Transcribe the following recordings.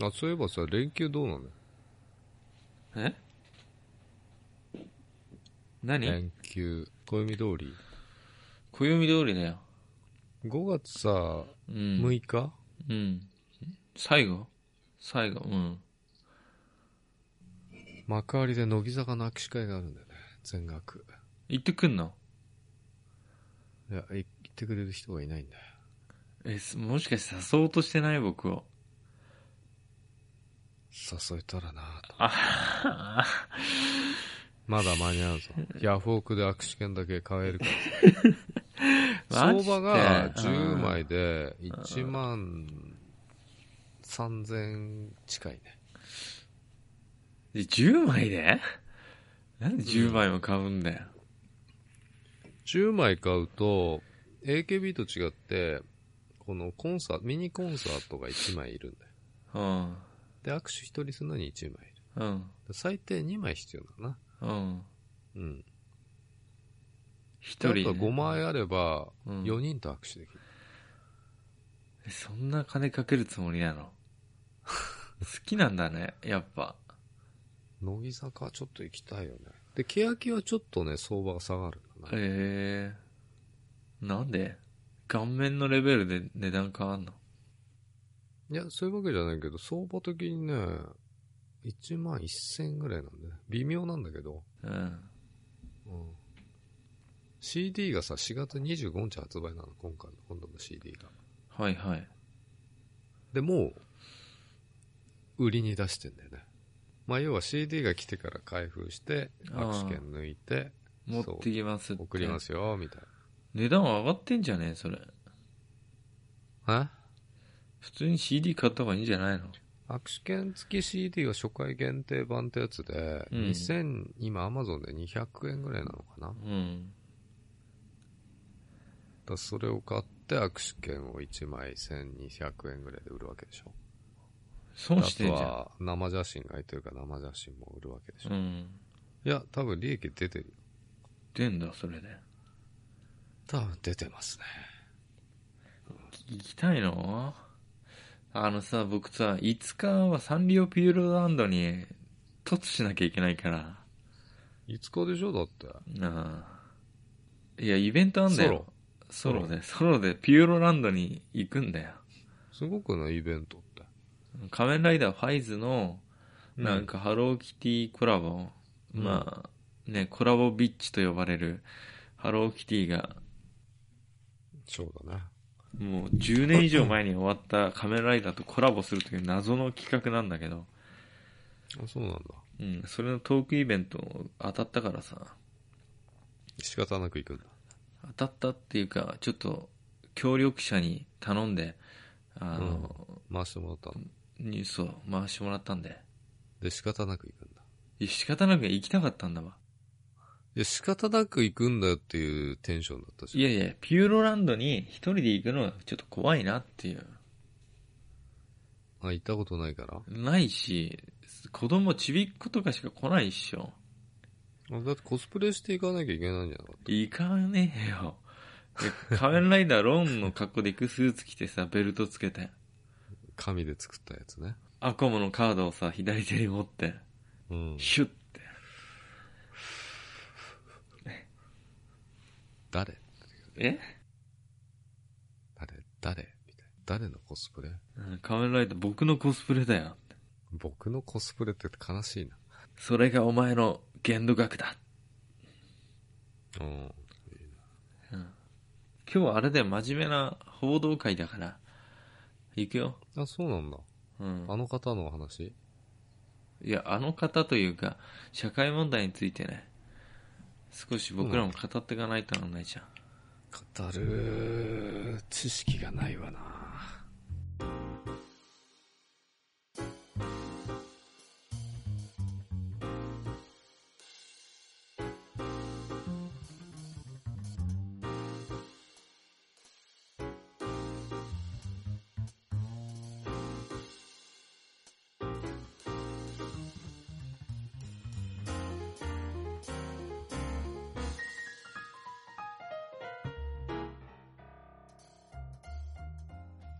あそういえばさ連休どうなのえ何連休暦通り暦通りだよ。 5月さうん。 6日、うん。最後最後うん。幕張で乃木坂の握手会があるんだよね全額行ってくんのいやい行ってくれる人がいないんだよえ、すもしかして誘おうとしてない僕を。誘えたらなとあははまだ間に合うぞ ヤフオクで握手券だけ買えるからさマ相ジで場が10枚で1万3000近いねで10枚でなんで10枚も買うんだよ。 10枚買うと AKB と違ってこのコンサートミニコンサートが1枚いるんだようん。で握手1人するのに1枚いるうん。で最低2枚必要だなうん。うんで一あと人。 5枚あればうん4人と握手できる、えそんな金かけるつもりなの 好きなんだね、やっぱ。乃木坂はちょっと行きたいよねで欅はちょっとね相場が下がるんだなええなんで顔面のレベルで値段変わんのいやそういうわけじゃないけど相場的にね1万1000円ぐらいなんで微妙なんだけど、うん。うん、CD がさ4月25日発売なの今回の今度の CD がはいはい。でもう売りに出してんだよねまあ要は CD が来てから開封してあー握手券抜いて持ってきますって。送りますよみたい値段は上がってんじゃねえそれ。な普通に CD 買った方がいいんじゃないの握手券付き CD は初回限定版ってやつで、うん2000今 Amazon で200円ぐらいなのかなだかうん。らそれを買って握手券を1枚1200円ぐらいで売るわけでしょ損してんじあゃとは生写真が空いてるから生写真も売るわけでしょ、ん。うん。いや多分利益出てるよ出んだ、それで。多分出てますね行きたいのあのさ、僕さ、5日はサンリオピューロランドに突しなきゃいけないから。 5日でしょだってうん。いや、イベントあんだよ。ソロソロで、ソロでピューロランドに行くんだよ。すごくないイベントって仮面ライダーファイズの、なんかハローキティコラボ、うんまあ、ね、コラボビッチと呼ばれる、ハローキティが、そうだねもう10年以上前に終わった仮面ライダーとコラボするという謎の企画なんだけど、あそうなんだうん、それのトークイベント当たったからさ、仕方なく行くんだ当たったっていうか、ちょっと協力者に頼んで、あの、回してもらったのニュースを回してもらったんで、で仕方なく行くんだいや仕方なく行きたかったんだわ。いや仕方なく行くんだよっていうテンションだったいしやいや、ピューロランドに一人で行くのはちょっと怖いなっていう。あ行ったことないからないし、子供ちびっ子とかしか来ないっしょ。あだってコスプレして行かなきゃいけないんじゃなかっ行かねえよ。で仮面ライダーロンの格好で行くスーツ着てさ、ベルトつけて。た紙で作ったやつねアコムのカードをさ、左手に持って、うんヒュッて。誰え誰誰みたいな誰のコスプレうん仮面ライダー僕のコスプレだよ。僕のコスプレって悲しいなそれがお前の限度額だ。うん今日はあれだよ、真面目な報道会だから。行くよ。あそうなんだうん。あの方のお話いや、あの方というか、社会問題についてね、少し僕らも語っていかないとならないじゃん。語る知識がないわな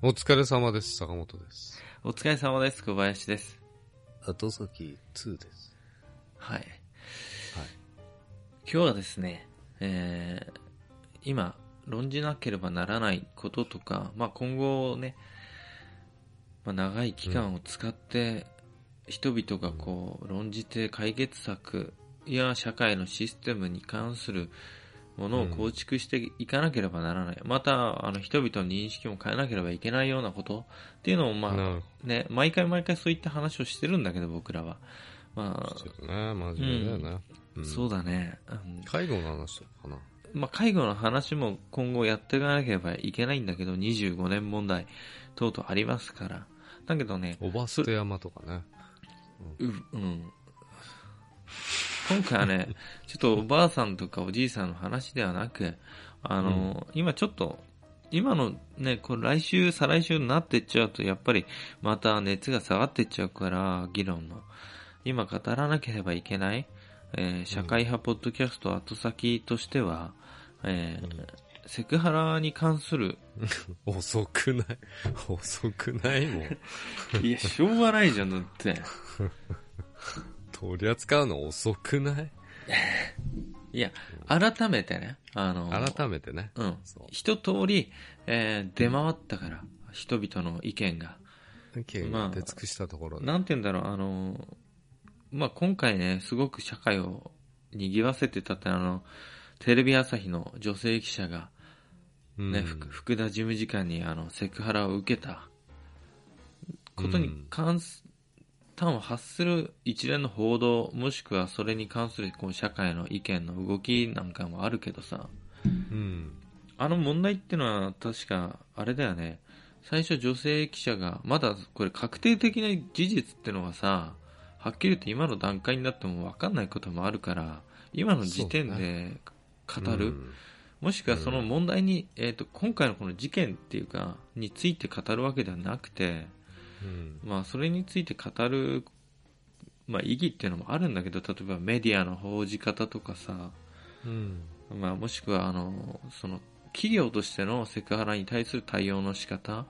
お疲れ様です、坂本です。お疲れ様です、小林です。後先2です。はい。今日はですね、えー、今、論じなければならないこととか、まあ、今後ね、まあ、長い期間を使って、人々がこう、論じて解決策や社会のシステムに関するものを構築していかなければならない。また、あの、人々の認識も変えなければいけないようなことっていうのを、まあ、なるほね、毎回毎回そういった話をしてるんだけど、僕らは。まど。ちょっとね、真面目だよね。あ、んそうだね。うん介護の話とかかな。まあ、介護の話も今後やっていかなければいけないんだけど、25年問題、とうとうありますから。だけどね、おば捨て山とかね。う、うん。今回は ね、ちょっとおばあさんとかおじいさんの話ではなく、あの、今ちょっと、今のね、これ来週、再来週になってっちゃうと、やっぱりまた熱が下がってっちゃうから、議論の。今語らなければいけない、えー社会派ポッドキャスト後先としては、えーセクハラに関する、遅くない遅くないもん。いや、しょうがないじゃん、だって。取り扱うの遅くないいや、 改めてね、あの、改めてね。うん。そ一通り、えー出回ったから、人々の意見が。う。意見が出尽くしたところで。なんて言うんだろう、あのー、まあ、今回ね、すごく社会を賑わせてたって、あの、テレビ朝日の女性記者が、うんね、福福田事務次官にあのセクハラを受けたことに関す、端を発する一連の報道、もしくはそれに関するこう社会の意見の動きなんかもあるけどさ、うん。あの問題ってのは確か、あれだよね。最初女性記者が、まだこれ確定的な事実ってのはさ、はっきり言って今の段階になっても分かんないこともあるから、今の時点そうだで語る、うんもしくはその問題に、えっ、と、今回のこの事件っていうか、について語るわけではなくて、うん。まあそれについて語る、まあ意義っていうのもあるんだけど、例えばメディアの報じ方とかさ、うん。まあ、もしくはあのその企業としてのセクハラに対する対応の仕方、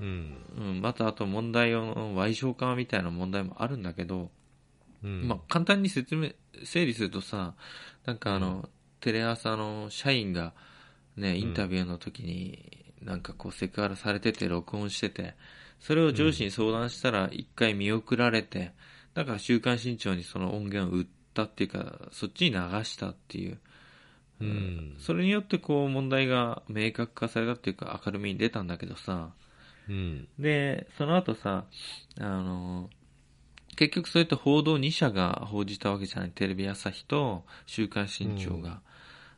うん。うん、またあと問題の賠償化みたいな問題もあるんだけど、うん。まあ、簡単に説明整理するとさなんかあの、テレ朝の社員が、ね、インタビューの時に、なんかこうセクハラされてて録音しててそれを上司に相談したら一回見送られて、だから「週刊新潮」にその音源を売ったっていうかそっちに流したっていううん。それによってこう問題が明確化されたっていうか明るみに出たんだけどさ、うん。で、その後さ、あの、結局そうやって報道2社が報じたわけじゃない。テレビ朝日と週刊新潮が。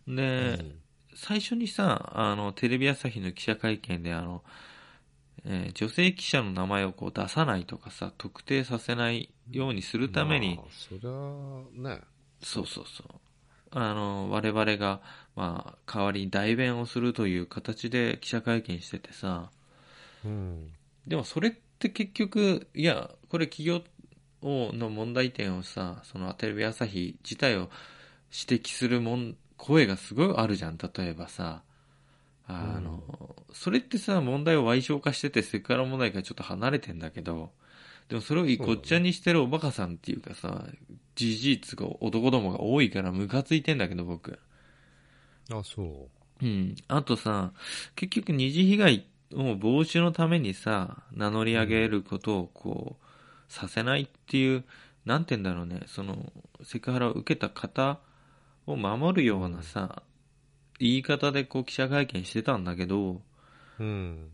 で、最初にさ、あの、テレビ朝日の記者会見であの、えー女性記者の名前をこう出さないとかさ、特定させないようにするために、まあそりゃ、ね。そうそうそう。あの、我々が、まあ、代わりに代弁をするという形で記者会見しててさ、うん。でもそれって結局、いや、これ企業をの問題点をさ、そのテレビ朝日自体を指摘するもん、声がすごいあるじゃん。例えばさ、あの、それってさ、問題を賠償化しててセクハラ問題からちょっと離れてんだけど、でもそれをいそうだごねっちゃにしてるおバカさんっていうかさ、じじいつが男どもが多いからムカついてんだけど僕。あ、そうん。あとさ、結局二次被害を防止のためにさ、名乗り上げることをこう、させないっていう、なんて言うんだろうね、その、セクハラを受けた方を守るようなさ、言い方でこう記者会見してたんだけど、う。うん。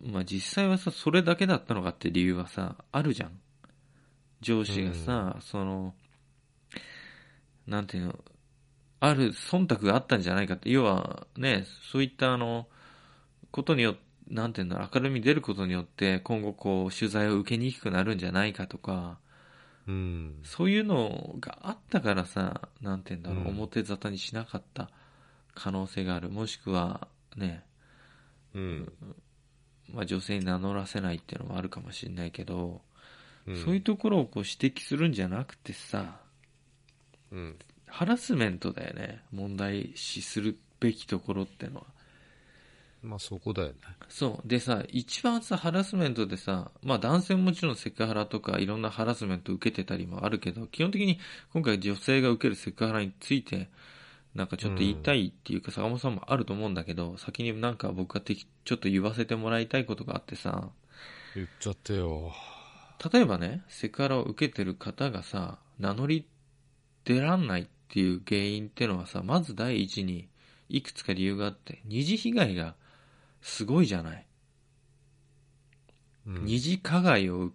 まあ実際はさ、それだけだったのかって理由はさ、あるじゃん。上司がさ、その、なんていうの、ある忖度があったんじゃないかって、要はね、そういったあの、ことによって、なんていうんだろう、明るみに出ることによって、今後こう、取材を受けにくくなるんじゃないかとか、うん。そういうのがあったからさ、なんていうんだろう、うん表沙汰にしなかった可能性がある。もしくは、ね、うん。まあ、女性に名乗らせないっていうのもあるかもしれないけど、うんそういうところをこう指摘するんじゃなくてさ、うん。ハラスメントだよね。問題視するべきところってのは。まあそこだよね。そう。でさ、一番さ、ハラスメントでさ、まあ男性ももちろんセクハラとかいろんなハラスメント受けてたりもあるけど、基本的に今回女性が受けるセクハラについて、なんかちょっと言いたいっていうか、坂本さんもあると思うんだけど、先になんか僕がてきちょっと言わせてもらいたいことがあってさ、言っちゃってよ。例えばね、セクハラを受けてる方がさ、名乗り出らんないっていう原因ってのはさ、まず第一に、いくつか理由があって、二次被害がすごいじゃない。うん二次加害を、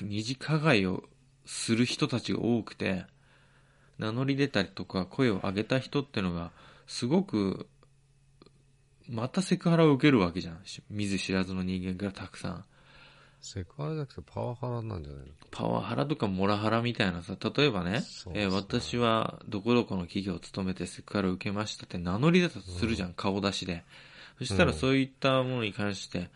二次加害をする人たちが多くて、名乗り出たりとか声を上げた人ってのが、すごく、またセクハラを受けるわけじゃん。し見ず知らずの人間からたくさん。セクハラじゃなくてパワハラなんじゃないのパワハラとかモラハラみたいなさ、例えばね、そうえでーす私はどこどこの企業を勤めてセクハラを受けましたって名乗り出たとするじゃん、顔出しで。そしたらうんそういったものに関して、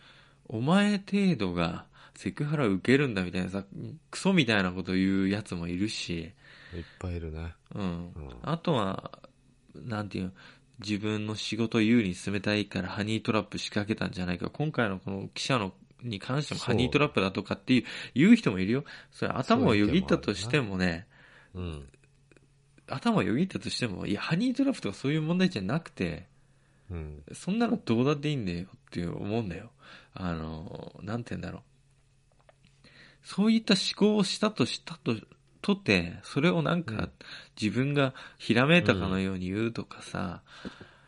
お前程度がセクハラを受けるんだみたいなさ、クソみたいなこと言うやつもいるし、いっぱいいるね。うんうん。あとは、なんていうの、自分の仕事を有利に進めたいからハニートラップ仕掛けたんじゃないか。今回のこの記者のに関してもそうハニートラップだとかっていう、言う人もいるよ。それ頭をよぎったとしてもね、うん。頭をよぎったとしても、いや、ハニートラップとかそういう問題じゃなくて、うん。そんなのどうだっていいんだよって思うんだよ。あの、なんて言うんだろう。そういった思考をしたとしたと、とて、それをなんうかん自分がひらめいたかのように言うとかさ、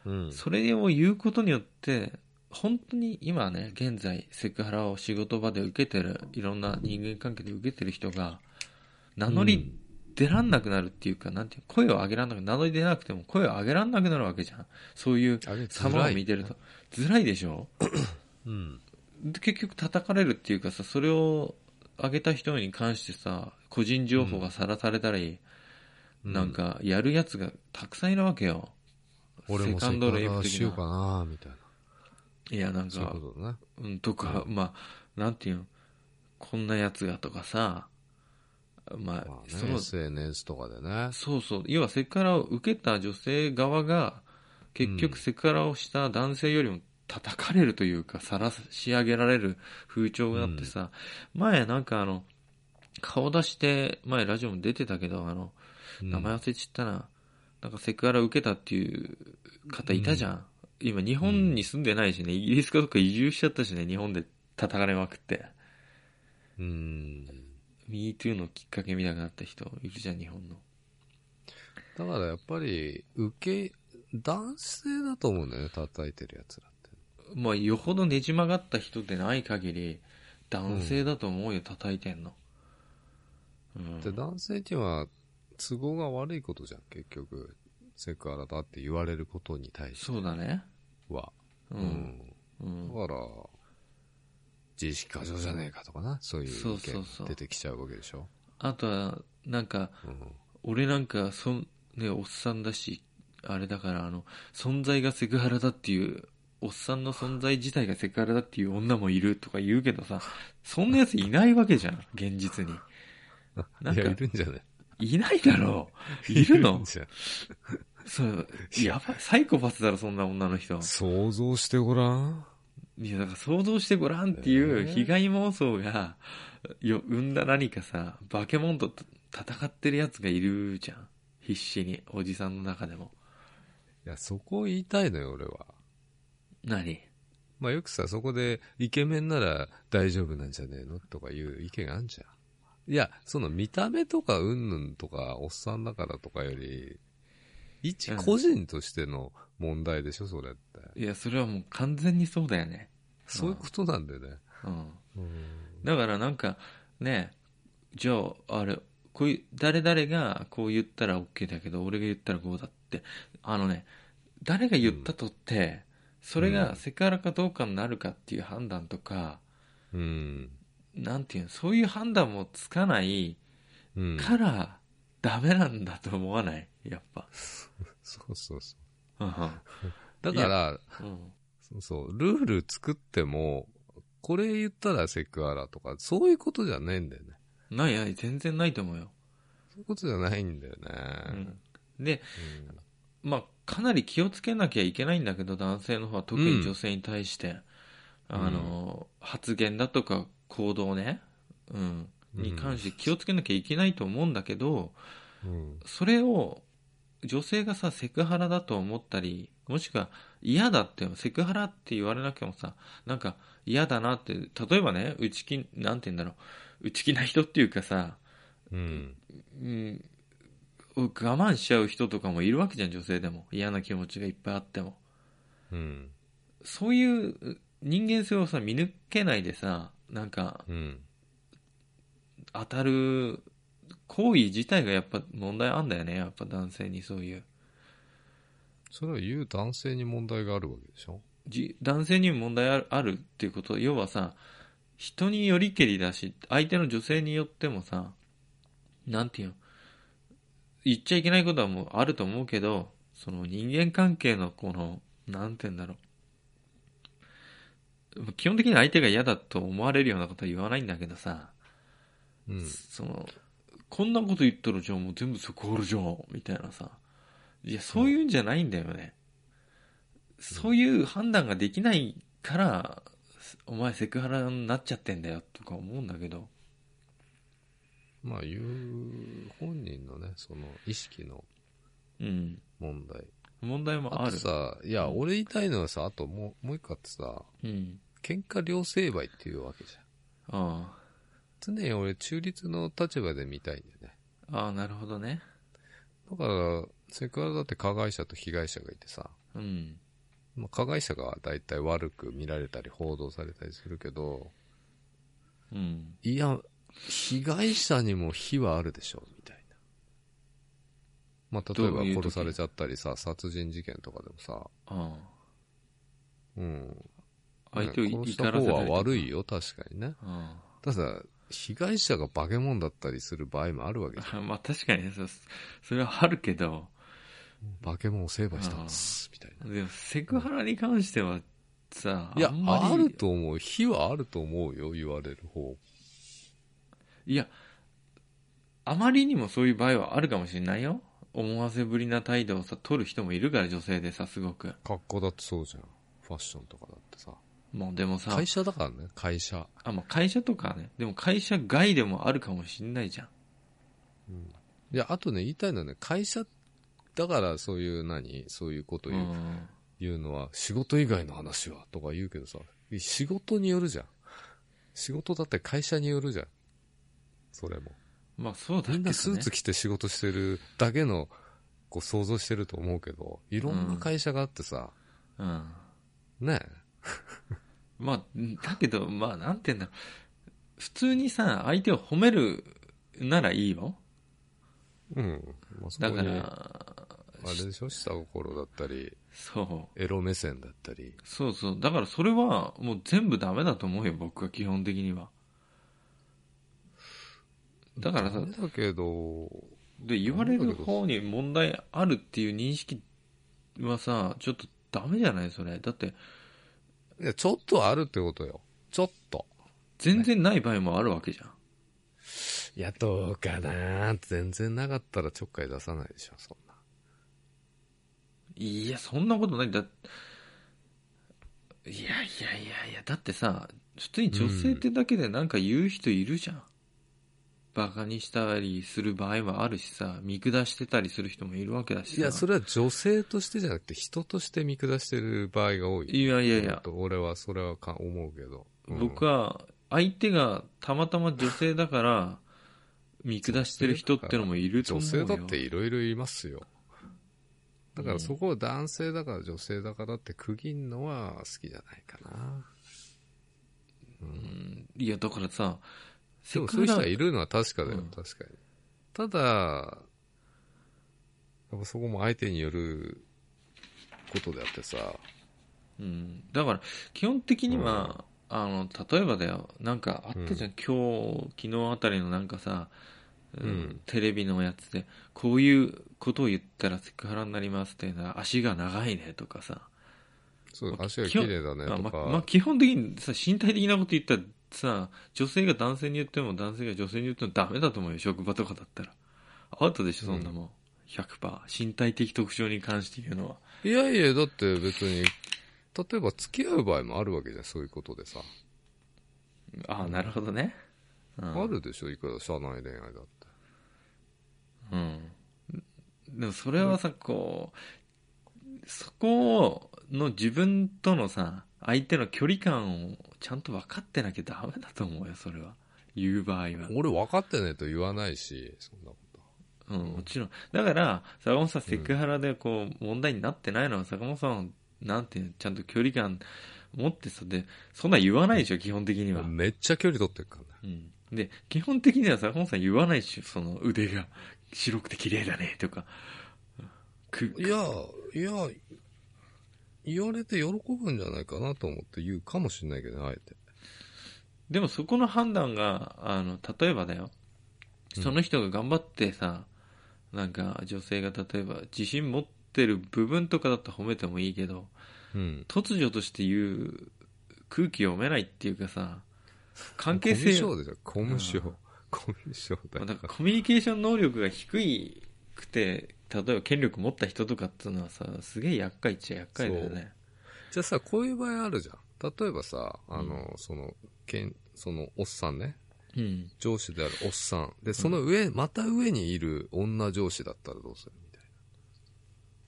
うん。それを言うことによって、本当に今ね、現在セクハラを仕事場で受けてる、いろんな人間関係で受けてる人が、名乗り出らんなくなるっていうか、なんていう声を上げらんなく、名乗り出なくても声を上げらんなくなるわけじゃん。そういううん、あれ、様を見てると。ずらいでしょうん。で結局叩かれるっていうかさ、それを上げた人に関してさ、個人情報がさらされたり、うんなんかやるやつがたくさんいるわけよ。俺もセセカンドレクイプハラ的しようかな。な、みたいな。いや、なんそういうかこ、とだね。うん、とか、まあ、なんていうの、こんなやつがとかさ、まあ、まあそね、の、 SNS とかでね。そうそう。要はセクハラを受けた女性側が、結う局んセクハラをした男性よりも叩かれるというか、晒し上げられる風潮があってさ、前なんかあの、顔出して、前ラジオも出てたけど、あの、うん名前忘れちゃったな、なんかセクハラ受けたっていう方いたじゃん。今日本に住んでないしね、イギリスかどっか移住しちゃったしね、日本で叩かれまくって。うん。 MeToo のきっかけみたいになった人いるじゃん、日本の。だからやっぱり、受け、男性だと思うんだよね、叩いてるやつらって。まあ、よほどねじ曲がった人でない限り、男性だと思うよ、叩いてんの。うん。で、男性には都合が悪いことじゃん、結局。セクハラだって言われることに対してそうだね。は。う。うんうだん。から、自意識過剰じゃねえかとかな、そういうそう意そう見そう出てきちゃうわけでしょ。あとは、なんか、うん俺なんか、そん、ね、おっさんだし、あれだから、あの、存在がセクハラだっていう、おっさんの存在自体がセクハラだっていう女もいるとか言うけどさ、そんな奴いないわけじゃん、現実に。なんいや、かい、るんじゃないいないだろう。いるのんじゃないそう、やばい、サイコパスだろ、そんな女の人。想像してごらん。いや、だから想像してごらんっていう被害妄想が、よ、生んだ何かさ、化け物と戦ってる奴がいるじゃん。必死に、おじさんの中でも。いや、そこを言いたいのよ、俺は。何まあよくさ、そこで、イケメンなら大丈夫なんじゃねえのとかいう意見があるじゃん。いや、その見た目とかうんぬんとか、おっさんだからとかより、一うん個人としての問題でしょ、それって。いや、それはもう完全にそうだよね。そういうことなんだよね。うん。うん。だからなんか、ね、じゃあ、あれ、こういう、誰々がこう言ったら OK だけど、俺が言ったらこうだって、あのね、誰が言ったとって、それうがんセクハラかどうかになるかっていう判断とか、うん。なんていうの、そういう判断もつかないうん。から、ダメなんだと思わないやっぱ。そうそうそう。うだから、ん。そうそう、ルール作っても、これ言ったらセクハラとか、そういうことじゃねえんだよね。ないない、全然ないと思うよ。そういうことじゃないんだよね。うん。で、うんまあ、かなり気をつけなきゃいけないんだけど、男性の方は特に女性に対して、あの、発言だとか行動ね、うん、に関して気をつけなきゃいけないと思うんだけど、うん。それを、女性がさ、セクハラだと思ったり、もしくは嫌だって、セクハラって言われなくてもさ、なんか嫌だなって、例えばね、内気、なんて言うんだろう、内気な人っていうかさ、うん。うん、我慢しちゃう人とかもいるわけじゃん、女性でも。嫌な気持ちがいっぱいあっても。うん。そういうう人間性をさ、見抜けないでさ、なんか、うん。当たる行為自体がやっぱ問題あんだよね、やっぱ男性にそういう。それを言う男性に問題があるわけでしょじ男性にも問題あるあるっていうこと、要はさ、人によりけりだし、相手の女性によってもさ、なんていうの、言っちゃいけないことはもうあると思うけど、その人間関係のこの、なんて言うんだろう。基本的に相手が嫌だと思われるようなことは言わないんだけどさ、うん。その、こんなこと言っとるじゃん、もう全部そこおるじゃん、みたいなさ。いや、そういうんじゃないんだよね。そういう判断ができないから、お前セクハラになっちゃってんだよ、とか思うんだけど。まあ、言う本人のね、その意識のうん。問題。問題もああとる。さ、いや、うん俺言いたいのはさ、あともう、もう一個あってさ、うん。喧嘩両成敗っていうわけじゃん。あ常に俺中立の立場で見たいんだよね。あ。ああ、なるほどね。だから、セクハラだって加害者と被害者がいてさ、うん。まあ、加害者が大体悪く見られたり報道されたりするけど、うん。いや、被害者にも非はあるでしょ、みたいな。まあ、例えどういうば時殺されちゃったりさ、殺人事件とかでもさ、あうん。あ。相手をね殺し怒たらせ方たはりとか悪い。よ、確かにね。あ ただ、被害者が化け物だったりする場合もあるわけじゃあ。まあ確かにね、そそれはあるけど、ん。化け物を成敗したんです、みたいな。でもセクハラに関してはさ、いや、あんまりあると思う。非はあると思うよ、言われる方。いや、あまりにもそういう場合はあるかもしれないよ。思わせぶりな態度をさ、取る人もいるから、女性でさ、すごく。格好だってそうじゃん。ファッションとかだってさ。もうでもさ、会社だからね、会社。あ、まあ、会社とかね、でも会社外でもあるかもしれないじゃん。いや、あとね、言いたいのはね、会社だからそういう何、そういうことう言う,、ん。言うのは、仕事以外の話はとか言うけどさ、仕事によるじゃん。仕事だって会社によるじゃん。それも。まあ、そうだけど、ね。みんなスーツ着て仕事してるだけの、こう想像してると思うけど、いろんな会社があってさ、うん。ねまあ、だけど、まあ、なんて言うんだろう。普通にさ、相手を褒めるならいいよ。うん。まあ、そこだに、かあら、れでしょ下心だったり、そう。エロ目線だったり。そうそう。だからそれはもう全部ダメだと思うよ、僕は基本的には。だからさ、だけど、で、言われる方に問題あるっていう認識はさ、ちょっとダメじゃないそれ。だって、いや、ちょっとはあるってことよ。ちょっと。全然ない場合もあるわけじゃん。いや、どうかな全然なかったらちょっかい出さないでしょ、そんな。いや、そんなことない。だ、いやいやいやいや、だってさ、普通に女性ってだけでなんか言う人いるじゃん。バカにしたりする場合はあるしさ、見下してたりする人もいるわけだしいさ。や、それは女性としてじゃなくて人として見下してる場合が多い。いやいやいやと、俺はそれはか思うけど。僕は、は相手がたまたま女性だから見下してる人ってのもいると女思うよ性だっていろいろいますよ。だかうんらそこを男性だから女性だからって区切んのは好きじゃないかな。うんいやだからさでせっもかそういくうだ人はいるのは確かだよ、うん確かに。ただ、やっぱそこも相手によることであってさ、うん、だから基本的には、あの例えばだよなんかあったじゃん、今日昨日あたりのなんかさ、ううんんテレビのやつでこういうことを言ったらセクハラになりますっていうのは足が長いねとかさ、そう、まあ足が綺麗だねあとまか、まあ、基本的にさ、身体的なこと言ったらさ、女性が男性に言っても男性が女性に言ってもダメだと思うよ、職場とかだったら。アウトでしょ、そんなもん。 100%。身体的特徴に関して言うのは。いやいや、だって別に、例えば付き合う場合もあるわけじゃん、そういうことでさ。ああ、なるほどね。うん、あるでしょ、いくら社内恋愛だって。うん。でもそれはさ、こう、そこの自分とのさ、相手の距離感をちゃんと分かってなきゃダメだと思うよ、それは。言う場合は。俺分かってねえと言わないし、そんなこと。うん、もちろん。だから、坂本さん、セクハラでこう、問題になってないのは、坂本さん、なんていうの、ちゃんと距離感持ってさ、で、そんなん言わないでしょ、基本的には。めっちゃ距離取ってるからね。うん。で、基本的には坂本さん言わないでしょ、その腕が白くて綺麗だね、とか。く、いや、いや、言われて喜ぶんじゃないかなと思って言うかもしれないけどね、あえて。でもそこの判断が、あの、例えばだよ。うんその人が頑張ってさ、なんか女性が例えば自信持ってる部分とかだったら褒めてもいいけど、うん。突如として言う空気読めないっていうかさ、関係性、コミュ障でしょ、コミュ障。コミュ障だよまあなんかコミュニケーション能力が低いくて、例えば権力持った人とかっていうのはさ、すげえ厄介っちゃ厄介だよね。じゃあさ、こういう場合あるじゃん。例えばさ、あの、その、けん、その、おっさんね。うん。上司であるおっさん。で、その上、また上にいる女上司だったらどうするみた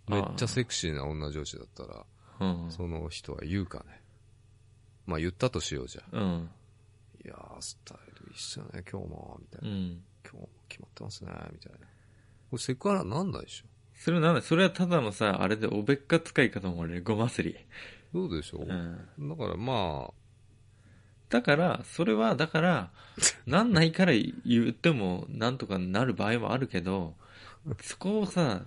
いな。めっちゃセクシーな女上司だったら、うん。その人は言うかね。まあ言ったとしようじゃん。うん。いやー、スタイル一緒ね、今日も、みたいうな。ん。今日も決まってますね、みたいな。これセクハラなんないでしょ。それはなんだそれはただのさ、あれでおべっか使いかと思われる、ごますり。どうでしょう、うん。だからまあ、だから、それは、だから、なんないから言っても、なんとかなる場合もあるけど、そこをさ、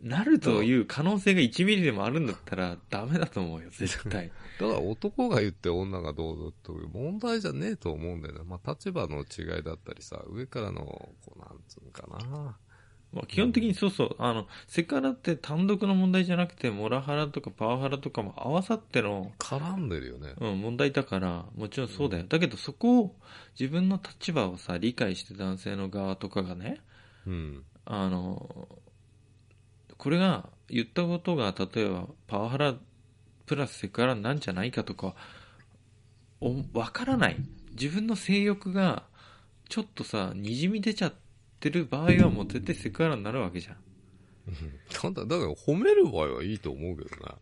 なるという可能性が1ミリでもあるんだったら、ダメだと思うよ、絶対。だから男が言って女がどうぞという問題じゃねえと思うんだよな。まあ立場の違いだったりさ、上からの、こう、なんつうのかな。まあ、基本的にそうそう、あの、セクハラって単独の問題じゃなくて、モラハラとかパワハラとかも合わさっての、絡んでるよね。うん、問題だから、もちろんそうだよ。だけど、そこを、自分の立場をさ、理解して男性の側とかがね、うん。あの、これが、言ったことが、例えば、パワハラプラスセクハラなんじゃないかとか、おわからない。自分の性欲が、ちょっとさ、滲み出ちゃってる場合は、もう絶対セクハラになるわけじゃん。ただ、だから褒める場合はいいと思うけどね。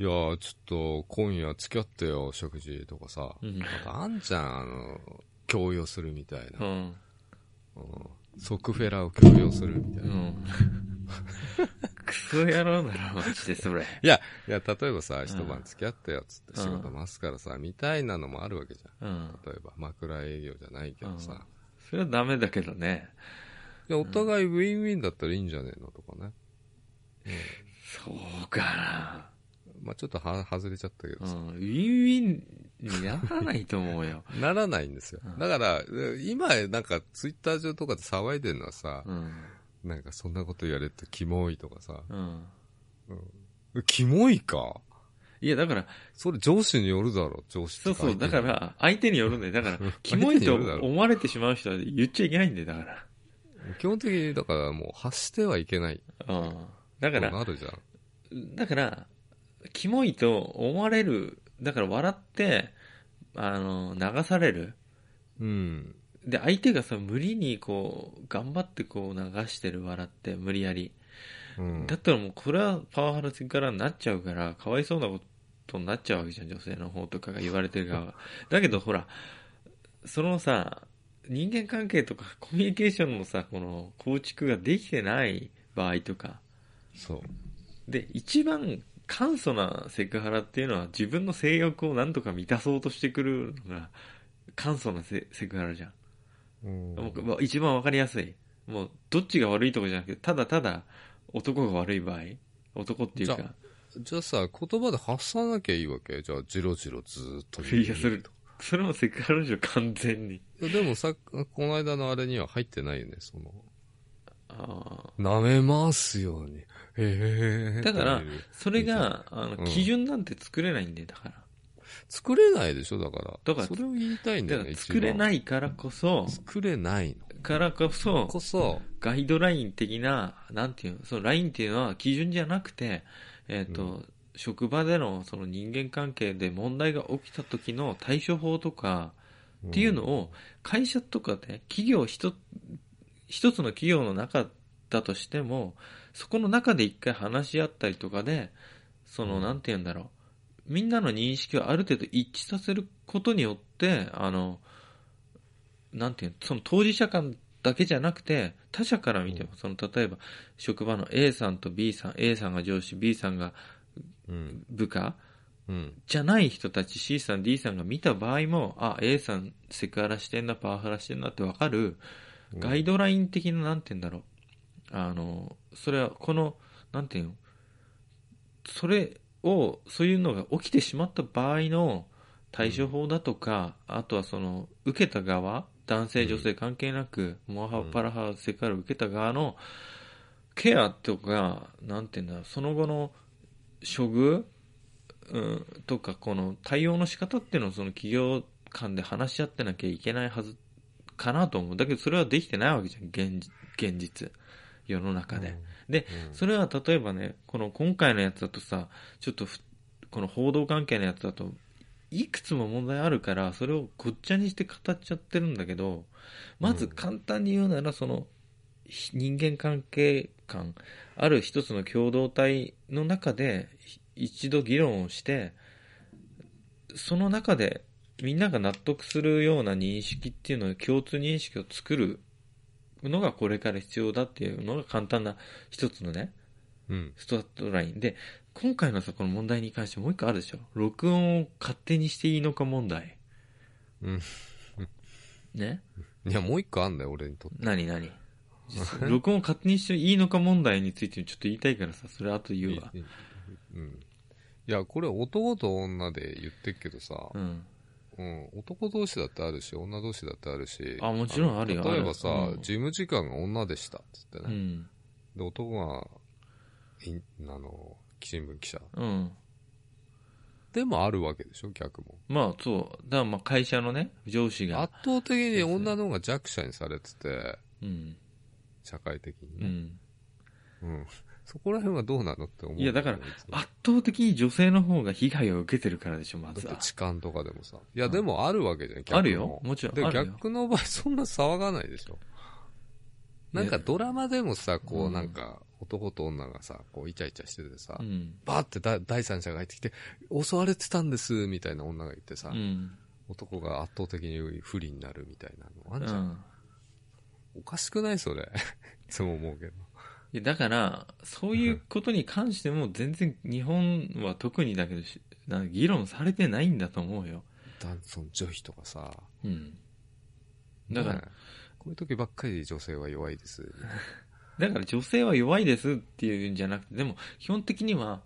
いやー、ちょっと、今夜付き合ってよ、食事とかさ。うん。あと、あんちゃん、あの、強要するみたいな。うん。うん即フェラを強要するみたいな。ういん。 クソ野郎だろ、マジで、それ。や、いや、例えばさ、一う晩ん付き合ってよ、つって仕事回すからさ、みたいなのもあるわけじゃん。うん。例えば、枕営業じゃないけどさ。うんそれはダメだけどね。いやお互いウィンウィンだったらいいんじゃねえのとかね。そうかまあちょっとは、外れちゃったけどな。うさ。ん。ウィンウィンにならないと思うよ。ならないんですようん。だから、今、なんか、ツイッター上とかで騒いでるのはさ、うん。なんかそんなこと言われてキモいとかさ。うん。キモいかいや、だから、それ上司によるだろ、上司そうとかそう、だか、ら、相手によるんだよ。だから、キモ 相い手にとよるだろ思われてしまう人は言っちゃいけないんだよ、だか基本的にだからもう発してはいけない。ら。うん。だこうから、なるじゃん。だから、キモいと思われる。だから、笑って、あの、流される。うん。で、相手がさ、無理にこう、頑張ってこう流してる笑って、無理やり。うん。だったらもう、これはパワハラセクハラになっちゃうから、かわいそうなことになっちゃうわけじゃん、女性の方とかが言われてる側は。だけど、ほら、そのさ、人間関係とかコミュニケーションのさ、この構築ができてない場合とか、そう。で、一番簡素なセクハラっていうのは自分の性欲をなんとか満たそうとしてくるのが簡素なセセクハラじゃん。うんもうわ一番わかりやすい。もう、どっちが悪いとかじゃなくて、ただただ、男が悪い場合。男っていうじかゃ、じゃあさ、言葉で発さなきゃいいわけじゃあ、じろじろずーっと見る。いや、それ、それもセクハラでしょ、完全に。でもさ、この間のあれには入ってないよね、その。ああ。舐めますように。へえ。だからっていう、それが、あの、うん基準なんて作れないんで、だから。作れないでしょ、だから。だからそれを言いたいんだだよかね、ら、作れい。ないからこそ、作れないの。からこそ、こそ、ガイドライン的な、なんていうの、そのラインっていうのは基準じゃなくて、えっ、と、う職場でのその人間関係で問題が起きた時の対処法とかうんっていうのを会社とかで企業一つ一つの企業の中だとしてもそこの中で一回話し合ったりとかでそのうんなんて言うんだろうみんなの認識をある程度一致させることによってあのなんていうのその当事者間だけじゃなくて他者から見てもその例えば職場の A さんと B さん A さんが上司 B さんがうん。部下うん。じゃない人たち C さん D さんが見た場合もあ A さんセクハラしてんなパワハラしてんなってわかるガイドライン的ななんて言うんだろうあのそれはこのなんて言うのそれをそういうのが起きてしまった場合の対処法だとか、あとはその受けた側男性女性関係なく、モアハうんパラハセクハラを受けた側のケアとかなんて言うんだろうその後の処遇うんとかこの対応の仕方っていうのをその企業間で話し合ってなきゃいけないはずかなと思うだけどそれはできてないわけじゃん現実現実世の中で、でうん、それは例えばねこの今回のやつだとさちょっとふこの報道関係のやつだといくつも問題あるからそれをごっちゃにして語っちゃってるんだけどまずうん簡単に言うならそのひ人間関係間ある一つの共同体の中でひ一度議論をしてその中でみんなが納得するような認識っていうのを共通認識を作るのがこれから必要だっていうのが簡単な一つのねうん。スタートラインで今回のさこの問題に関してもう一個あるでしょ録音を勝手にしていいのか問題うん ねいや、もう一個あんだよ、俺にとって。何何録音を勝手にしていいのか問題についてちょっと言いたいからさそれ後言うわいいうん。いや、これ男と女で言ってっけどさ、うんうん、男同士だってあるし、女同士だってあるし。あもちろんあるよの例えばさ、あるうん事務時間が女でした、つってうね。んで、男が、いあの、新聞記者。うんでもあるわけでしょ、逆も。まあそうだからまあ会社のね上司が圧倒的に女の方が弱者にされてて、うん社会的にうね。んうん。そこら辺はどうなのって思う。いやだからいつも圧倒的に女性の方が被害を受けてるからでしょまずだっはて痴漢とかでもさ。いや、でもあるわけじゃん、逆もあるよもちろんで、あるよ逆の場合、そんな騒がないでしょ。なんかねドラマでもさ、こうう、んなんか、男と女がさ、こう、イチャイチャしててさう、んバーってだ第三者が入ってきて、襲われてたんです、みたいな女が言ってうさ、ん男が圧倒的に不利になるみたいなのあうんじゃん。んおかしくないそれ。い つも思うけど。いやだから、そういうことに関しても全然日本は特にだけどし、なんか議論されてないんだと思うよ。男その女卑とかさ、うん。だからねこういう時ばっかり女性は弱いです。 だから女性は弱いですっていうんじゃなくて、でも基本的には、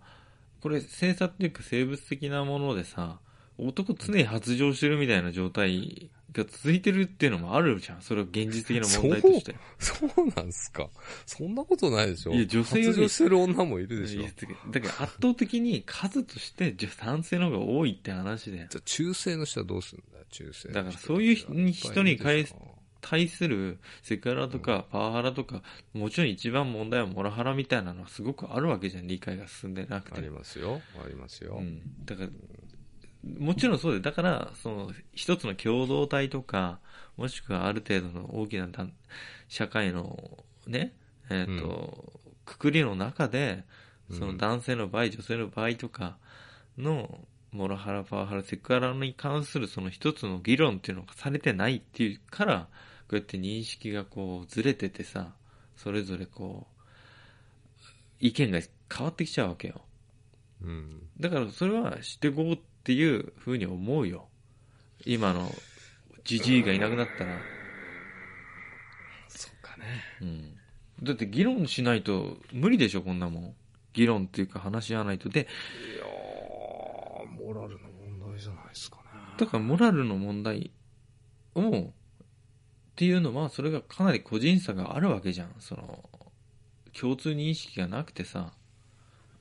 これ性差っていうか生物的なものでさ、男常に発情してるみたいな状態が続いてるっていうのもあるじゃん。それは現実的な問題として。そうなんすか。そんなことないでしょ。いや女性より発情してる女もいるでしょ。いじやだから圧倒的に数として女男性の方が多いって話で。ゃあ中性の人はどうするんだよ、中性の人。だからそういう人に人に返いっぱいいるですしょ対するセクハラとかパワハラとか、もちろん一番問題はモラハラみたいなのはすごくあるわけじゃん、理解が進んでなくあてり。ますよ。ありますよ。うん、だから、もちろんそうで、だから、その、一つの共同体とか、もしくはある程度の大きな団社会の、ね、えっ、と、くくりの中で、その男性の場合、女性の場合とかの、モラハラ、パワハラ、セクハラに関するその一つの議論っていうのがされてないっていうから、こうやって認識がこうずれててさ、それぞれこう、意見が変わってきちゃうわけよ。うん。だからそれはしていこうっていうふうに思うよ。今のじじいがいなくなったら。そうかね。うん。だって議論しないと無理でしょ、こんなもん。議論っていうか話し合わないと。で、いやー、モラルの問題じゃないですかね。だからモラルの問題を、っていうのは、それがかなり個人差があるわけじゃん。その、共通認識がなくてさ。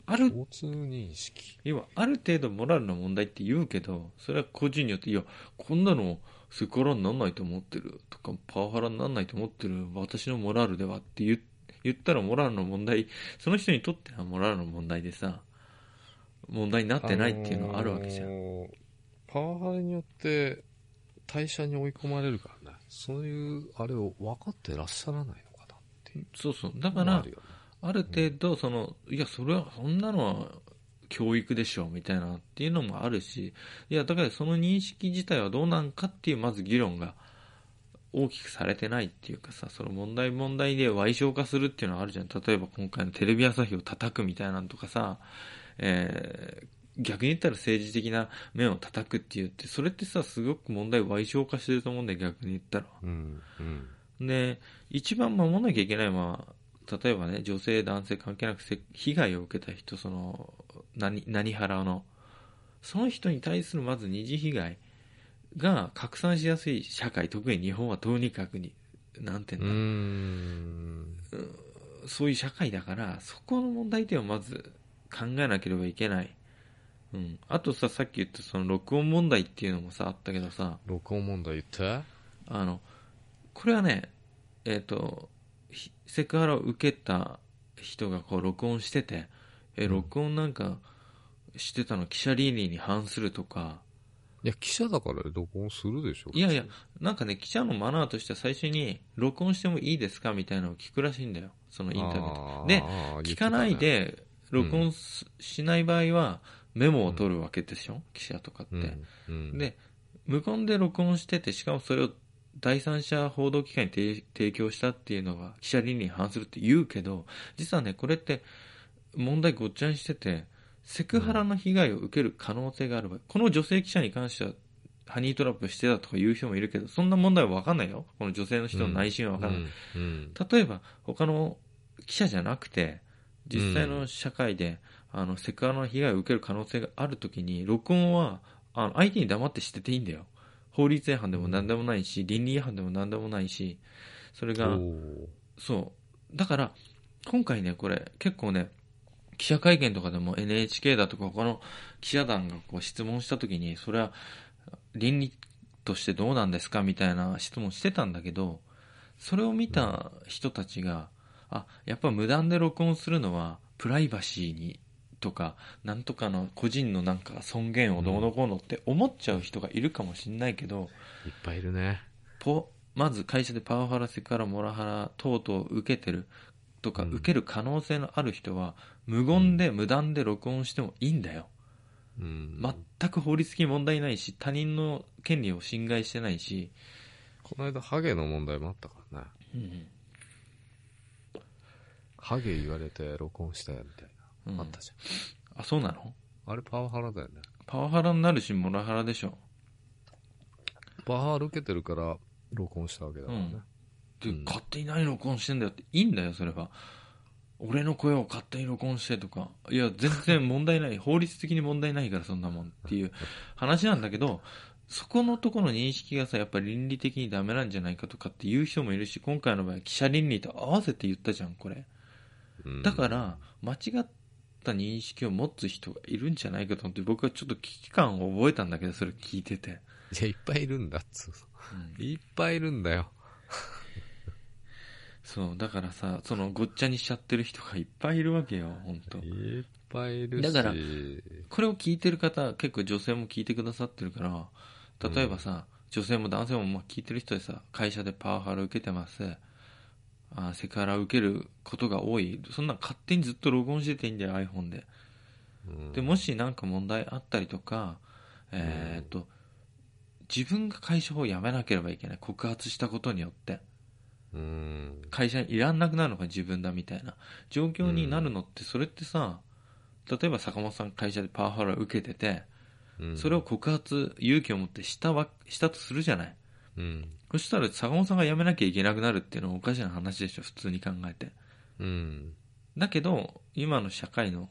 ある、共通認識。要はある程度モラルの問題って言うけど、それは個人によって、いや、こんなのセクハラになんないと思ってるとか、パワハラになんないと思ってる、私のモラルではって言言ったらモラルの問題、その人にとってはモラルの問題でさ、問題になってないっていうのはあるわけじゃん。あのーパワハラによって、退社に追い込まれるからね。そういう、あれを分かってらっしゃらないのかなっていうそうそう。だのかもあらる、よね。ある程度、その、いや、それは、そんなのは、教育でしょ、みたいな、っていうのもあるし、いや、だからその認識自体はどうなんかっていう、まず議論が、大きくされてないっていうかさ、その問題問題で歪償化するっていうのはあるじゃん。例えば今回のテレビ朝日を叩くみたいなのとかさ、えー逆に言ったら政治的な面を叩くって言って、それってさ、すごく問題歪償化してると思うんだよ、逆に言ったら。うん、うん。で、一番守らなきゃいけないのは、例えばね、女性、男性関係なくせ被害を受けた人、その、何、何払うの。その人に対するまず二次被害が拡散しやすい社会、特に日本はとにかくに、なんていううーんだ、ん。そういう社会だから、そこの問題点をまず考えなければいけない。うん。あとさ、さっき言ったその録音問題っていうのもさ、あったけどさ、録音問題言ったあの、これはね、えっ、と、ひセクハラを受けた人がこう録音してて、え、うん録音なんかしてたの記者倫理に反するとか、いや、記者だから録音するでしょ。いやいや、なんかね、記者のマナーとしては最初に録音してもいいですかみたいなのを聞くらしいんだよ。そのインタビューあーであー聞かない言ってで、録音すしない場合はメモを取るわけでしょ、記者とかって。たねうんうんで、無言で録音してて、しかもそれを第三者報道機関に提提供したっていうのが記者倫理に反するって言うけど、実はね、これって問題ごっちゃにしてて、セクハラの被害を受ける可能性がある場合、この女性記者に関しては、ハニートラップしてたとか言う人もいるけど、そんな問題は分かんないよ。この女性の人の内心は分かんない。うんうん例えば他の記者じゃなくて実際の社会で、あのセクハラの被害を受ける可能性があるときに録音はあの相手に黙ってしてていいんだよ法律違反でも何でもないし、倫理違反でも何でもないしそれがおーそうだから今回ねこれ結構ね記者会見とかでも NHK だとか他の記者団がこう質問したときにそれは倫理としてどうなんですかみたいな質問してたんだけど、それを見た人たちが、あ、やっぱ無断で録音するのはプライバシーにとか、なんとかの個人のなんか尊厳をどうのこうのって思っちゃう人がいるかもしんないけど、いっぱいいるね。ポまず会社でパワハラ、セクハラ、モラハラ等々を受けてるとか、うん受ける可能性のある人は、無言で無断で録音してもいいんだよ。うん。全く法律的に問題ないし、他人の権利を侵害してないし、この間、ハゲの問題もあったからね。うんハゲ言われて録音したよ、みたいうんな。あったじあ、そうなのゃん。あれ、パワハラだよね。パワハラになるし、モラハラでしょ。パワハラ受けてるから、録音したわけだからね。で、うん勝手に何録音してんだよって、いいんだよ、それは。俺の声を勝手に録音してとか、いや、全然問題ない、 法律的に問題ないから、そんなもんっていう話なんだけど、そこのところの認識がさ、やっぱり倫理的にダメなんじゃないかとかっていう人もいるし、今回の場合、記者倫理と合わせて言ったじゃん、これ。うんだから、間違った認識を持つ人がいるんじゃないかと思って、僕はちょっと危機感を覚えたんだけど、それ聞いてて。いや、いっぱいいるんだっつううんの。いっぱいいるんだよ。そう、だからさ、そのごっちゃにしちゃってる人がいっぱいいるわけよ、本当いっぱいいるし。だからうこれを聞いてる方、結構女性も聞いてくださってるから、例えばさ、女性も男性もまあ聞いてる人でさ、会社でパワハラ受けてます。あーセクハラ受けることが多い。そんなん勝手にずっと録音してていいんだよ、iPhone で。んで、もしなんか問題あったりとか、えーっと、自分が会社を辞めなければいけない。告発したことによって。うん。会社にいらんなくなるのが自分だみたいな状況になるのってそれってさ例えば坂本さん会社でパワハラを受けててうんそれを、告発勇気を持ってしたわしたとするじゃないうん。そしたら坂本さんが辞めなきゃいけなくなるっていうのはおかしな話でしょ普通に考えてうん。だけど今の社会の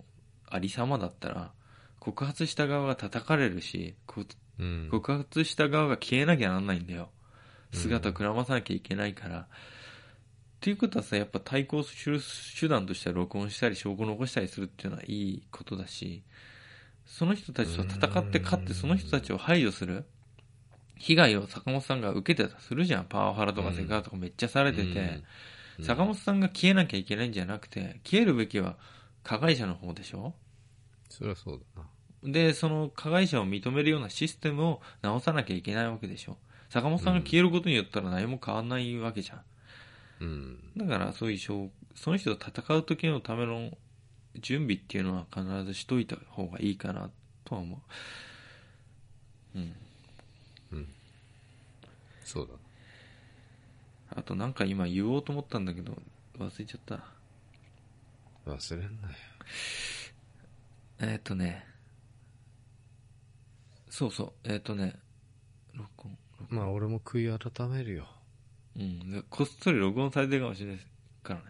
ありさまだったら告発した側が叩かれるしこうん。告発した側が消えなきゃなんないんだようん姿くらまさなきゃいけないから、っていうことはさ、やっぱ対抗する手段としては録音したり証拠残したりするっていうのはいいことだし、その人たちと戦って勝っうてんその人たちを排除する被害を坂本さんが受けてたとするじゃん。パワハラとかセクハラとかめっちゃされてて、うん坂本さんが消えなきゃいけないんじゃなくて、消えるべきは加害者の方でしょそりゃそうだな。で、その加害者を認めるようなシステムを直さなきゃいけないわけでしょ。坂本さんが消えることによったら何も変わんないわけじゃん。うん。だからそういう証その人と戦う時のための準備っていうのは必ずしといた方がいいかなとは思う。うん。そうあとなんか今言おうと思ったんだけど、忘れちゃった。だ。忘れんなよ。えっ、とね。そうそう、えっ、とね。録音。まあ、俺も悔い改めるよ。うん。でこっそり録音されてるかもしれないですからね。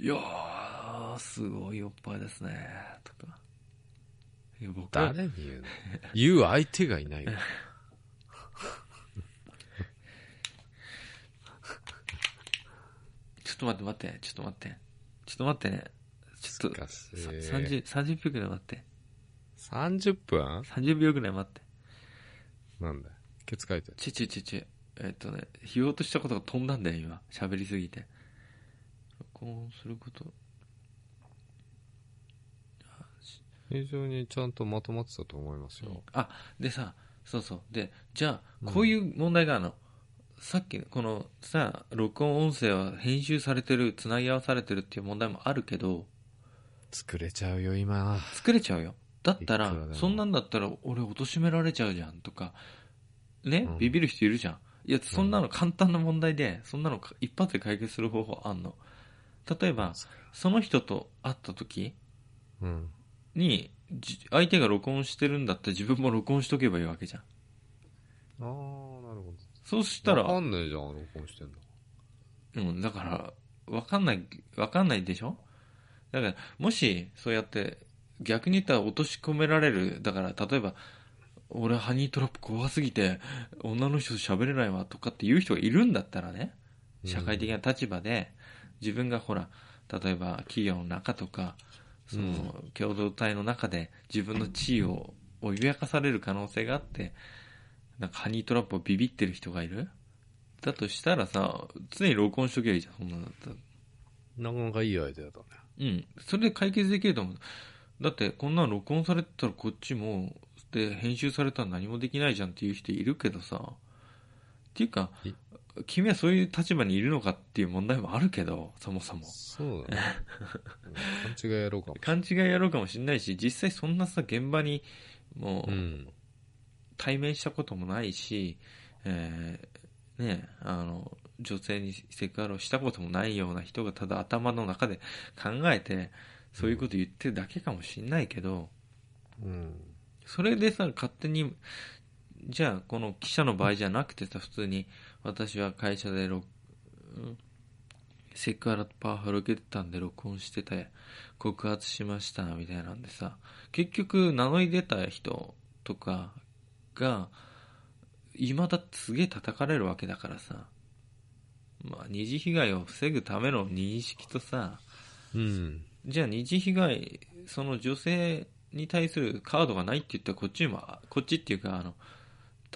いやー、すごいおっぱいですね。とか。いや僕は誰に 言うの言う相手がいないよ。ちょっと待って待って、ちょっと待って。ちょっと待ってね。ちょっと、かせさ30、30秒くらい待って。 30分30秒くらい待って。なんだよケツ書いてる。ちちちち。えっとね、言おうとしたことが飛んだんだよ、今。喋りすぎて。録音すること。非常にちゃんとまとまってたと思いますよ。あ、でさ、そうそう。で、じゃうあ、んこういう問題があるの。さっきの、このさ、録音音声は編集されてる、繋ぎ合わされてるっていう問題もあるけど、作れちゃうよ、今。作れちゃうよ。だったいらくらでも、そんなんだったら俺貶められちゃうじゃんとか、ねうん、ビビる人いるじゃん。いや、そんなの簡単な問題で、そんなのか一発で解決する方法あんの。例えば、その人と会った時うん。に、じ相手が録音してるんだったら自分も録音しとけばいいわけじゃん。ああ、なるほど。そうした、わからんねえじゃん、録音してんだ。うん、だから、わかんない、わかんないでしょだから、もし、そうやって、逆に言ったら落とし込められる。だから、例えば、俺ハニートラップ怖すぎて、女の人と喋れないわとかっていう人がいるんだったらね、社会的な立場で、自分がほら、例えば企業の中とか、その、共同体の中で自分の地位を脅かされる可能性があって、なんかハニートラップをビビってる人がいるだとしたらさ、常に録音しとけばいいじゃん、そんなのだったら。なかなかいいアイデアだね。うん。それで解決できると思う。だって、こんなの録音されてたらこっちも、で、編集されたら何もできないじゃんっていう人いるけどさ。っていうかい、君はそういう立場にいるのかっていう問題もあるけど、そもそも。そうだね。うん勘違いやろうかも。勘違いやろうかもしれないし、実際そんなさ、現場に、もう、うん。対面したこともないし、えーね、あの、女性にセクハラをしたこともないような人がただ頭の中で考えて、そういうこと言ってるだけかもしんないけど、うん。それでさ、勝手に、じゃあ、この記者の場合じゃなくてさ、普通に、私は会社で録、うんセクハラとパワハラ受けてたんで録音してて、告発しました、みたいなんでさ、結局、名乗り出た人とかが、今だってすげえ叩かれるわけだからさ、まあ、二次被害を防ぐための認識とさ、うん。じゃあ二次被害、その女性に対するカードがないって言ったらこっちにも、こっちっていうか、あの、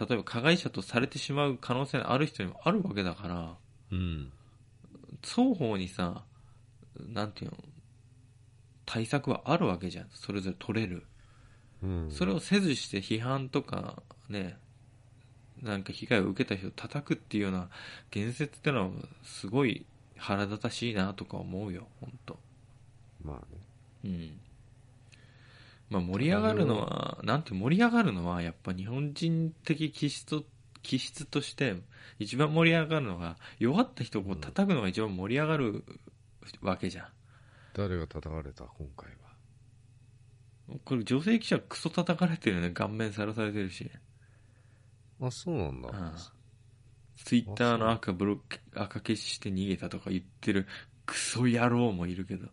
例えば加害者とされてしまう可能性のある人にもあるわけだから、うん。双方にさ、なんていうの、対策はあるわけじゃん。それぞれ取れる。うん。それをせずして批判とか、ね、なんか被害を受けた人を叩くっていうような言説ってのはすごい腹立たしいなとか思うよ、本当まあね。うん。まあ盛り上がるのは、なんて盛り上がるのは、やっぱ日本人的気質と、気質として、一番盛り上がるのが、弱った人をこう叩くのが一番盛り上がるわけじゃ誰が叩かれた、今回は。ん。これ女性記者クソ叩かれてるよね、顔面さらされてるし。あ、そうなんだ。うんツイッターの赤ブロック、赤消しして逃げたとか言ってるクソ野郎もい るけど。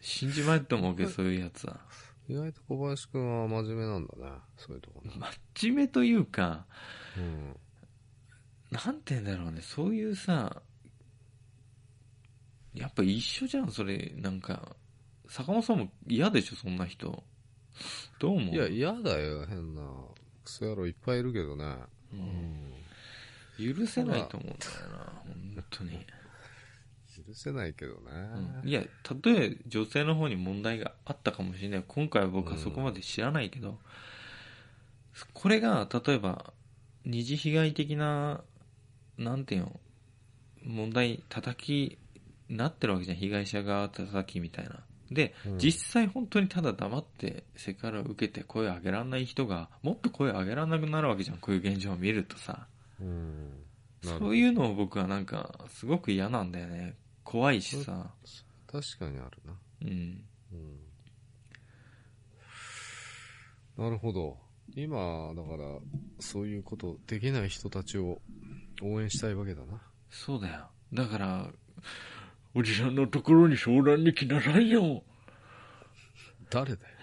信じまいと思うけど、そういうやつは。意外と小林くんは真面目なんだね。そういうとこね。真面目というか、うん。なんて言うんだろうね、そういうさ、やっぱ一緒じゃん、それ、なんか。坂本さんも嫌でしょ、そんな人。どう思ういや、嫌だよ、変な。クソ野郎いっぱいいるけどね。ううんん。許せないと思うんだ よな、本当に。許せないけどね。うんいや、たとえ女性の方に問題があったかもしれない。今回は僕はそこまで知らないけど、これが、例えば、二次被害的な、なんていうの、問題、叩き、なってるわけじゃん。被害者側叩きみたいな。で、うん実際本当にただ黙ってセクハラを受けて声を上げられない人が、もっと声を上げられなくなるわけじゃん。こういう現状を見るとさ。うん。なるそういうのを僕はなんか、すごく嫌なんだよね。怖いしさ。確かにあるな。うん。うん。なるほど。今、だから、そういうことできない人たちを応援したいわけだな。そうだよ。だから、おじさんのところに相談に来なさいよ。誰 だよ。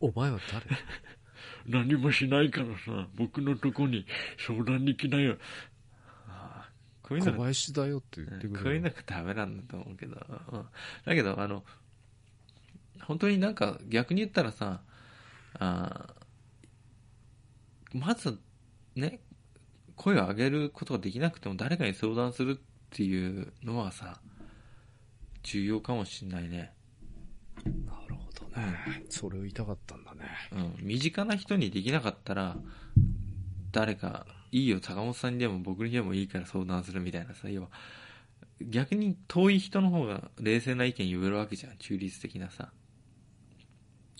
お前は誰何もしないからさ、僕のとこに相談に来なよ。ああこういうの小が、林だよって言ってうんくこういれうる。のがダメなんだと思うけど。うんだけど、あの、本当になんか逆に言ったらさ、あーまずね、声を上げることができなくても誰かに相談するっていうのはさ、重要かもしんないね。なるほどね。それを言いたかったんだね。うん。身近な人にできなかったら、誰か、いいよ、坂本さんにでも僕にでもいいから相談するみたいなさ、要は、逆に遠い人の方が冷静な意見言えるわけじゃん。中立的なさ。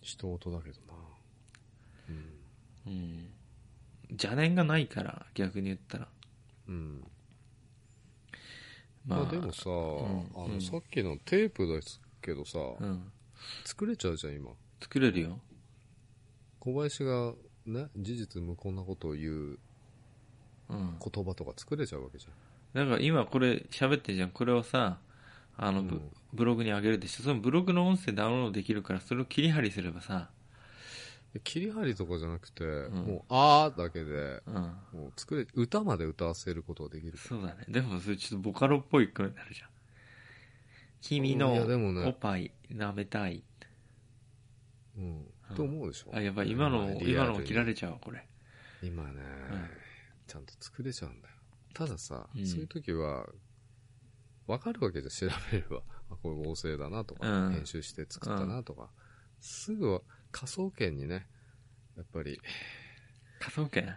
人事だけどな。うん。うん。邪念がないから、逆に言ったら。うん。ままあ、あでもさ、んあうんの、さっきのテープですけどさ、うん。作れちゃうじゃん、今。作れるよ。小林がね、事実無根なことを言ううん。言葉とか作れちゃうわけじゃん。だから今これ喋ってるじゃん。これをさ、あの、ブうんブログに上げるでしょ。そのブログの音声ダウンロードできるから、それを切り張りすればさ、で切り張りとかじゃなくて、んもう、あーだけで、うん。もう作れ、歌まで歌わせることができる。そうだね。でもそれちょっとボカロっぽい声になるじゃん。君のいやでもねおっぱい舐めたい。うんう。んと思うでしょ。あ、やばい。今のも、今のも切られれちゃうわ、これ。今ね、んちゃんと作れちゃうんだよ。たださ、うんそういう時は、わかるわけじゃん調べれば。 あ、これ合成だなとか、うん編集して作ったなとか。すぐは、仮想圏にね、やっぱり、科捜研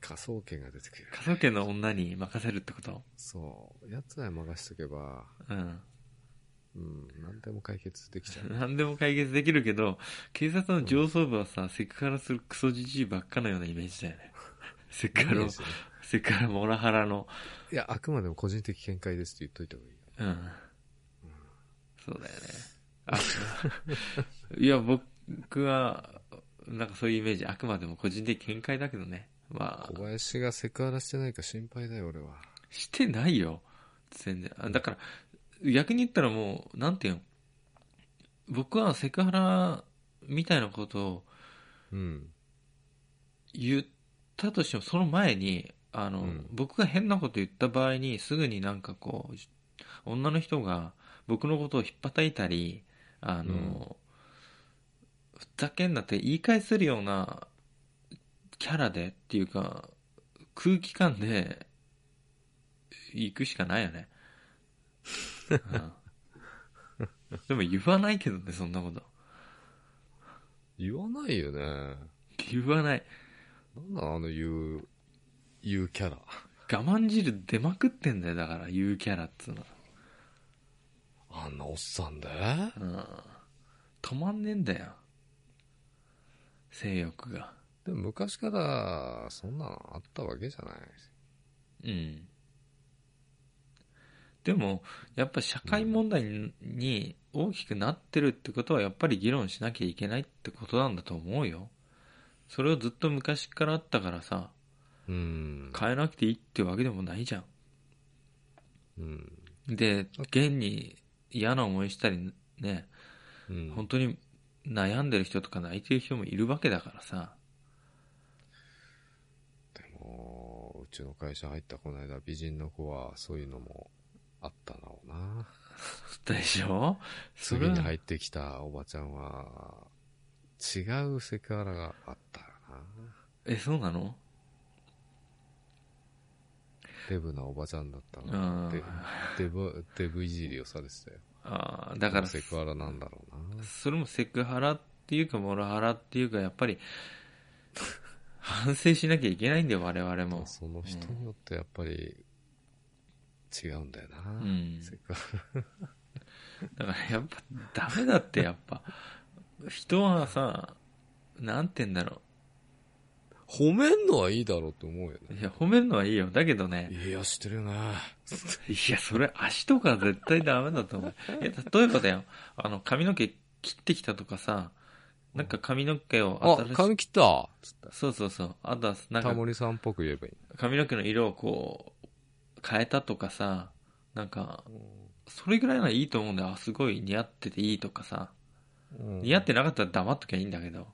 仮想圏が出てくる。科捜研の女に任せるってことそう。やつらに任しとけば、うん。うん、何でも解決でき ちゃう。何でも解決できるけど、警察の上層部はさ、セクハラするクソじじいばっかのようなイメージだよね。セクハいいラで、すねセクハラモラハラの。いや、あくまでも個人的見解ですって言っといた方がいいよ。うん。そうだよね。あいや、僕は、なんかそういうイメージ、あくまでも個人的見解だけどね。ま小あ、林がセクハラしてないか心配だよ、俺は。してないよ。全然。あだから、逆に言ったらもう、なんていうの僕はセクハラみたいなことを、うん。言ったとしても、その前に、あの、うん僕が変なこと言った場合に、すぐになんかこう、女の人が僕のことをひっぱたいたり、あの、ふざけんなって言い返せるようなキャラでっていうか、空気感で行くしかないよね。うんでも言わないけどね、そんなこと。言わないよね。言わない。なんだ、あの言う、言うキャラ。我慢汁出まくってんだよ、だから、言うキャラっつうのは。あんなおっさんでうん止まんねえんだよ。性欲が。でも昔から、そんなのあったわけじゃない。うん。でも、やっぱ社会問題にに大きくなってるってことは、やっぱり議論しなきゃいけないってことなんだと思うよ。それをずっと昔からあったからさ、うん。変えなくていいってわけでもないじゃうん。ん。で、現に嫌な思いしたりね、うん本当に悩んでる人とか泣いてる人もいるわけだからさ。でも、うちの会社入ったこの間、美人の子は、そういうのもあったなおな。ったでしょそれ次はに入ってきたおばちゃんは、違うセクハラがあったよな。え、そうなのデブなおばちゃんだったあな。でデブ、デブいじりをされてたよ。あーだから、セクハラなんだろうな。それもセクハラっていうかモラハラっていうか、やっぱり、 反省しなきゃいけないんだよ、我々も。その人によってやっぱり、違うんだよな。んセクハだからやっぱダメだって、やっぱ。人はさ、なんて言うんだろラ褒めんのはいいだろうって思うよう。ね。いや、褒めるのはいいよ。だけどね、いや、知ってるよな。いや、それ足とか絶対ダメだ と思う。いや、例えばだよ、あの、髪の毛切ってきたとかさ、なんか髪の毛をあ新、し髪切ったそうそうそう。あとは、なんタかモリさんっぽく言えばいい。髪の毛の色をこう、変えたとかさ、なんか、それぐらいならいいと思うんだよ。あ、すごい似合ってていいとかさ。似合ってなかったら黙っときゃいいんだけど、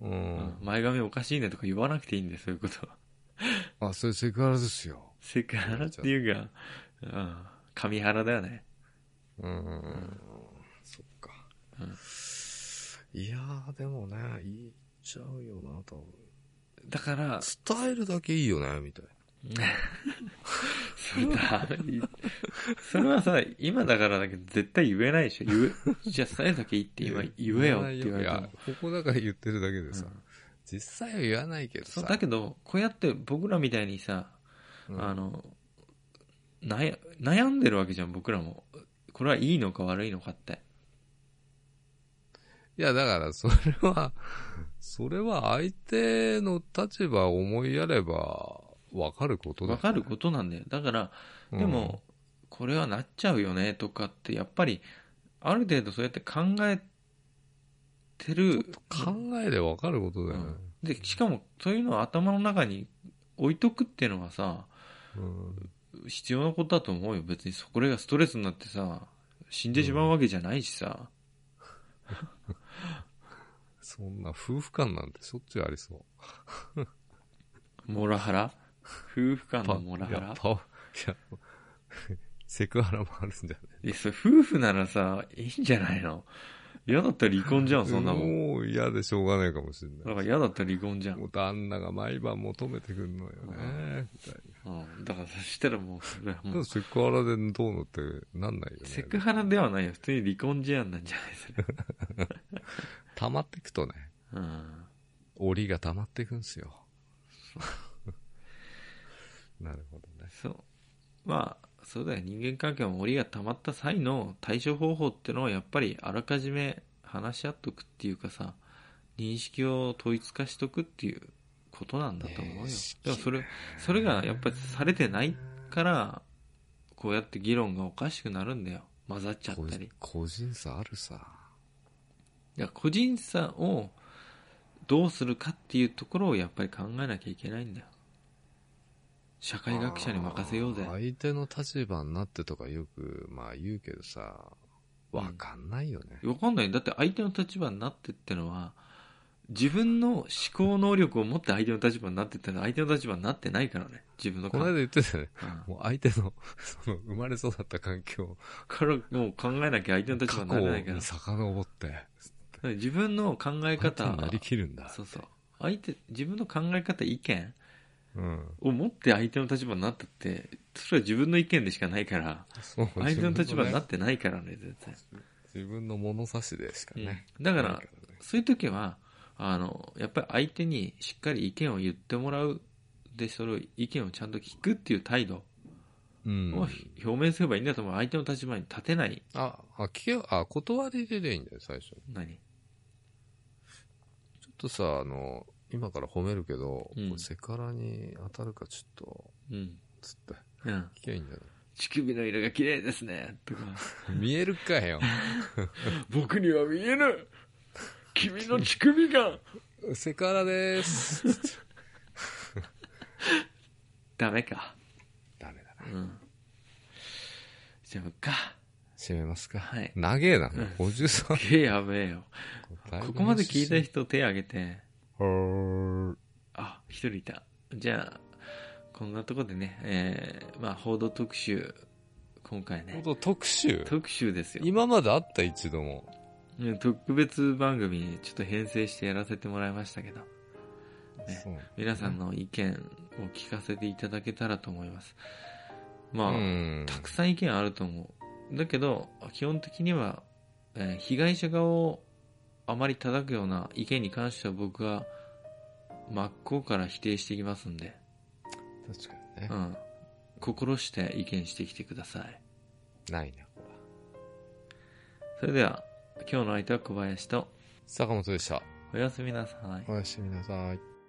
うんうん前髪おかしいねとか言わなくていいんだよ、そういうことは。あ、それセクハラですよ。セクハラっていうか、うん、神腹だよね。うん。そっか。いやー、でもね、言っちゃうよな、多分。だから、伝えるだけいいよね、みたいな。それだ、それはさ、今だからだけど絶対言えないでしょ。言え、じゃあ伝えるだけ言って今言えよって言われいたやも。、ここだから言ってるだけでさうん。実際は言わないけどそさう。だけど、こうやって僕らみたいにさ、うんあの、悩悩んでるわけじゃん、僕らも。これはいいのか悪いのかって。いや、だから、それは、それは相手の立場を思いやれば、わかることだ。わかることなんだよ。だから、うんでも、これはなっちゃうよねとかって、やっぱり、ある程度そうやって考えてる。考えでわかることだよね。で、しかも、そういうのを頭の中に置いとくっていうのはさ、うん必要なことだと思うよ。別に、そこれがストレスになってさ、死んでしまうわけじゃないしさ。そんな夫婦間なんてしょっちゅうありそう。モラハラ夫婦間のモラハいラやパいや、セクハラもあるんじゃいや、それ夫婦ならさ、いいんじゃないの嫌だったら離婚じゃないん、そんなもん。もう嫌でしょうがないかもしれだかない。ら嫌だったら離婚じゃん。もう旦那が毎晩求めてくんのよね。みたいうん。だからそしたらもう、それはな。もでうも、セクハラでどうのってなんないよね。セクハラではないよ。普通に離婚事案なんじゃないそれ。溜まってくとね、うん。檻が溜まってくんすよ。なるほどね。そう。まあ、そうだよ。人間関係も折が溜まった際の対処方法ってのをやっぱりあらかじめ話し合っとくっていうかさ、認識を統一化しとくっていうことなんだと思うよ認。識でもそれ、それがやっぱりされてないから、こうやって議論がおかしくなるんだよ。混ざっちゃっ個た人り。個人差あるさ。いや個人差をどうするかっていうところをやっぱり考えなきゃいけないんだよ社会学者に任せようぜあー相手の立場になってとかよく、まあ言うけどさ、わかんないよね。わかんないだって相手の立場になってってのは自分の思考能力を持って相手の立場になってってのは相手の立場になってないからね自分のこの間考え言ってたよね。うんもう相手の、 その、生まれ育った環境、からもう考えなきゃ相手の立過場に去なれないからに遡って、だから自分の考相手え方になりきるんだ。そうそう相手自分の考え方意見うん。を持って相手の立場になったってそれは自分の意見でしかないからそう相手の立場自分になのってないからね、絶対。ね自分の物差しでしかね。うんだからないねそういう時は、あの、やっぱり相手にしっかり意見を言ってもらう。で、それを意見をちゃんと聞くっていう態度をうん。表明すればいいんだと思う。相手の立場に立てない。あ、あ、聞けよ、あ、断りでいいんだよ、最初。何ちょっとさ、あの、今から褒めるけど、うんこれセクハラに当たるかちょっと、うん。つって、うん。聞けばいいんじゃな乳首の色が綺麗ですね。とか。い見えるか よ。僕には見えぬ君の乳首がセクハラでーす。ダメか。ダメだな。うん。じゃあ、か。閉めますか。はい長えな、もう53。え、やべえよ。ここまで聞いた人。人手挙げて。はあ、一人いた。じゃあ、こんなとこでね、えーまあ、報道特集、今回本ね。当特集特集ですよ。今まであった一度も。ね特別番組、ちょっと編成してやらせてもらいましたけど、ねそう皆さんの意見を聞かせていただけたらと思います。まあ、うんたくさん意見あると思う。だけど、基本的には、えー被害者側をあまり叩くような意見に関しては僕は真っ向から否定していきますんで、確かにねう。ん。心して意見してきてください。ないな。それでは、今日の相手は小林と、坂本でした。おやすみなさい。おやすみなさい。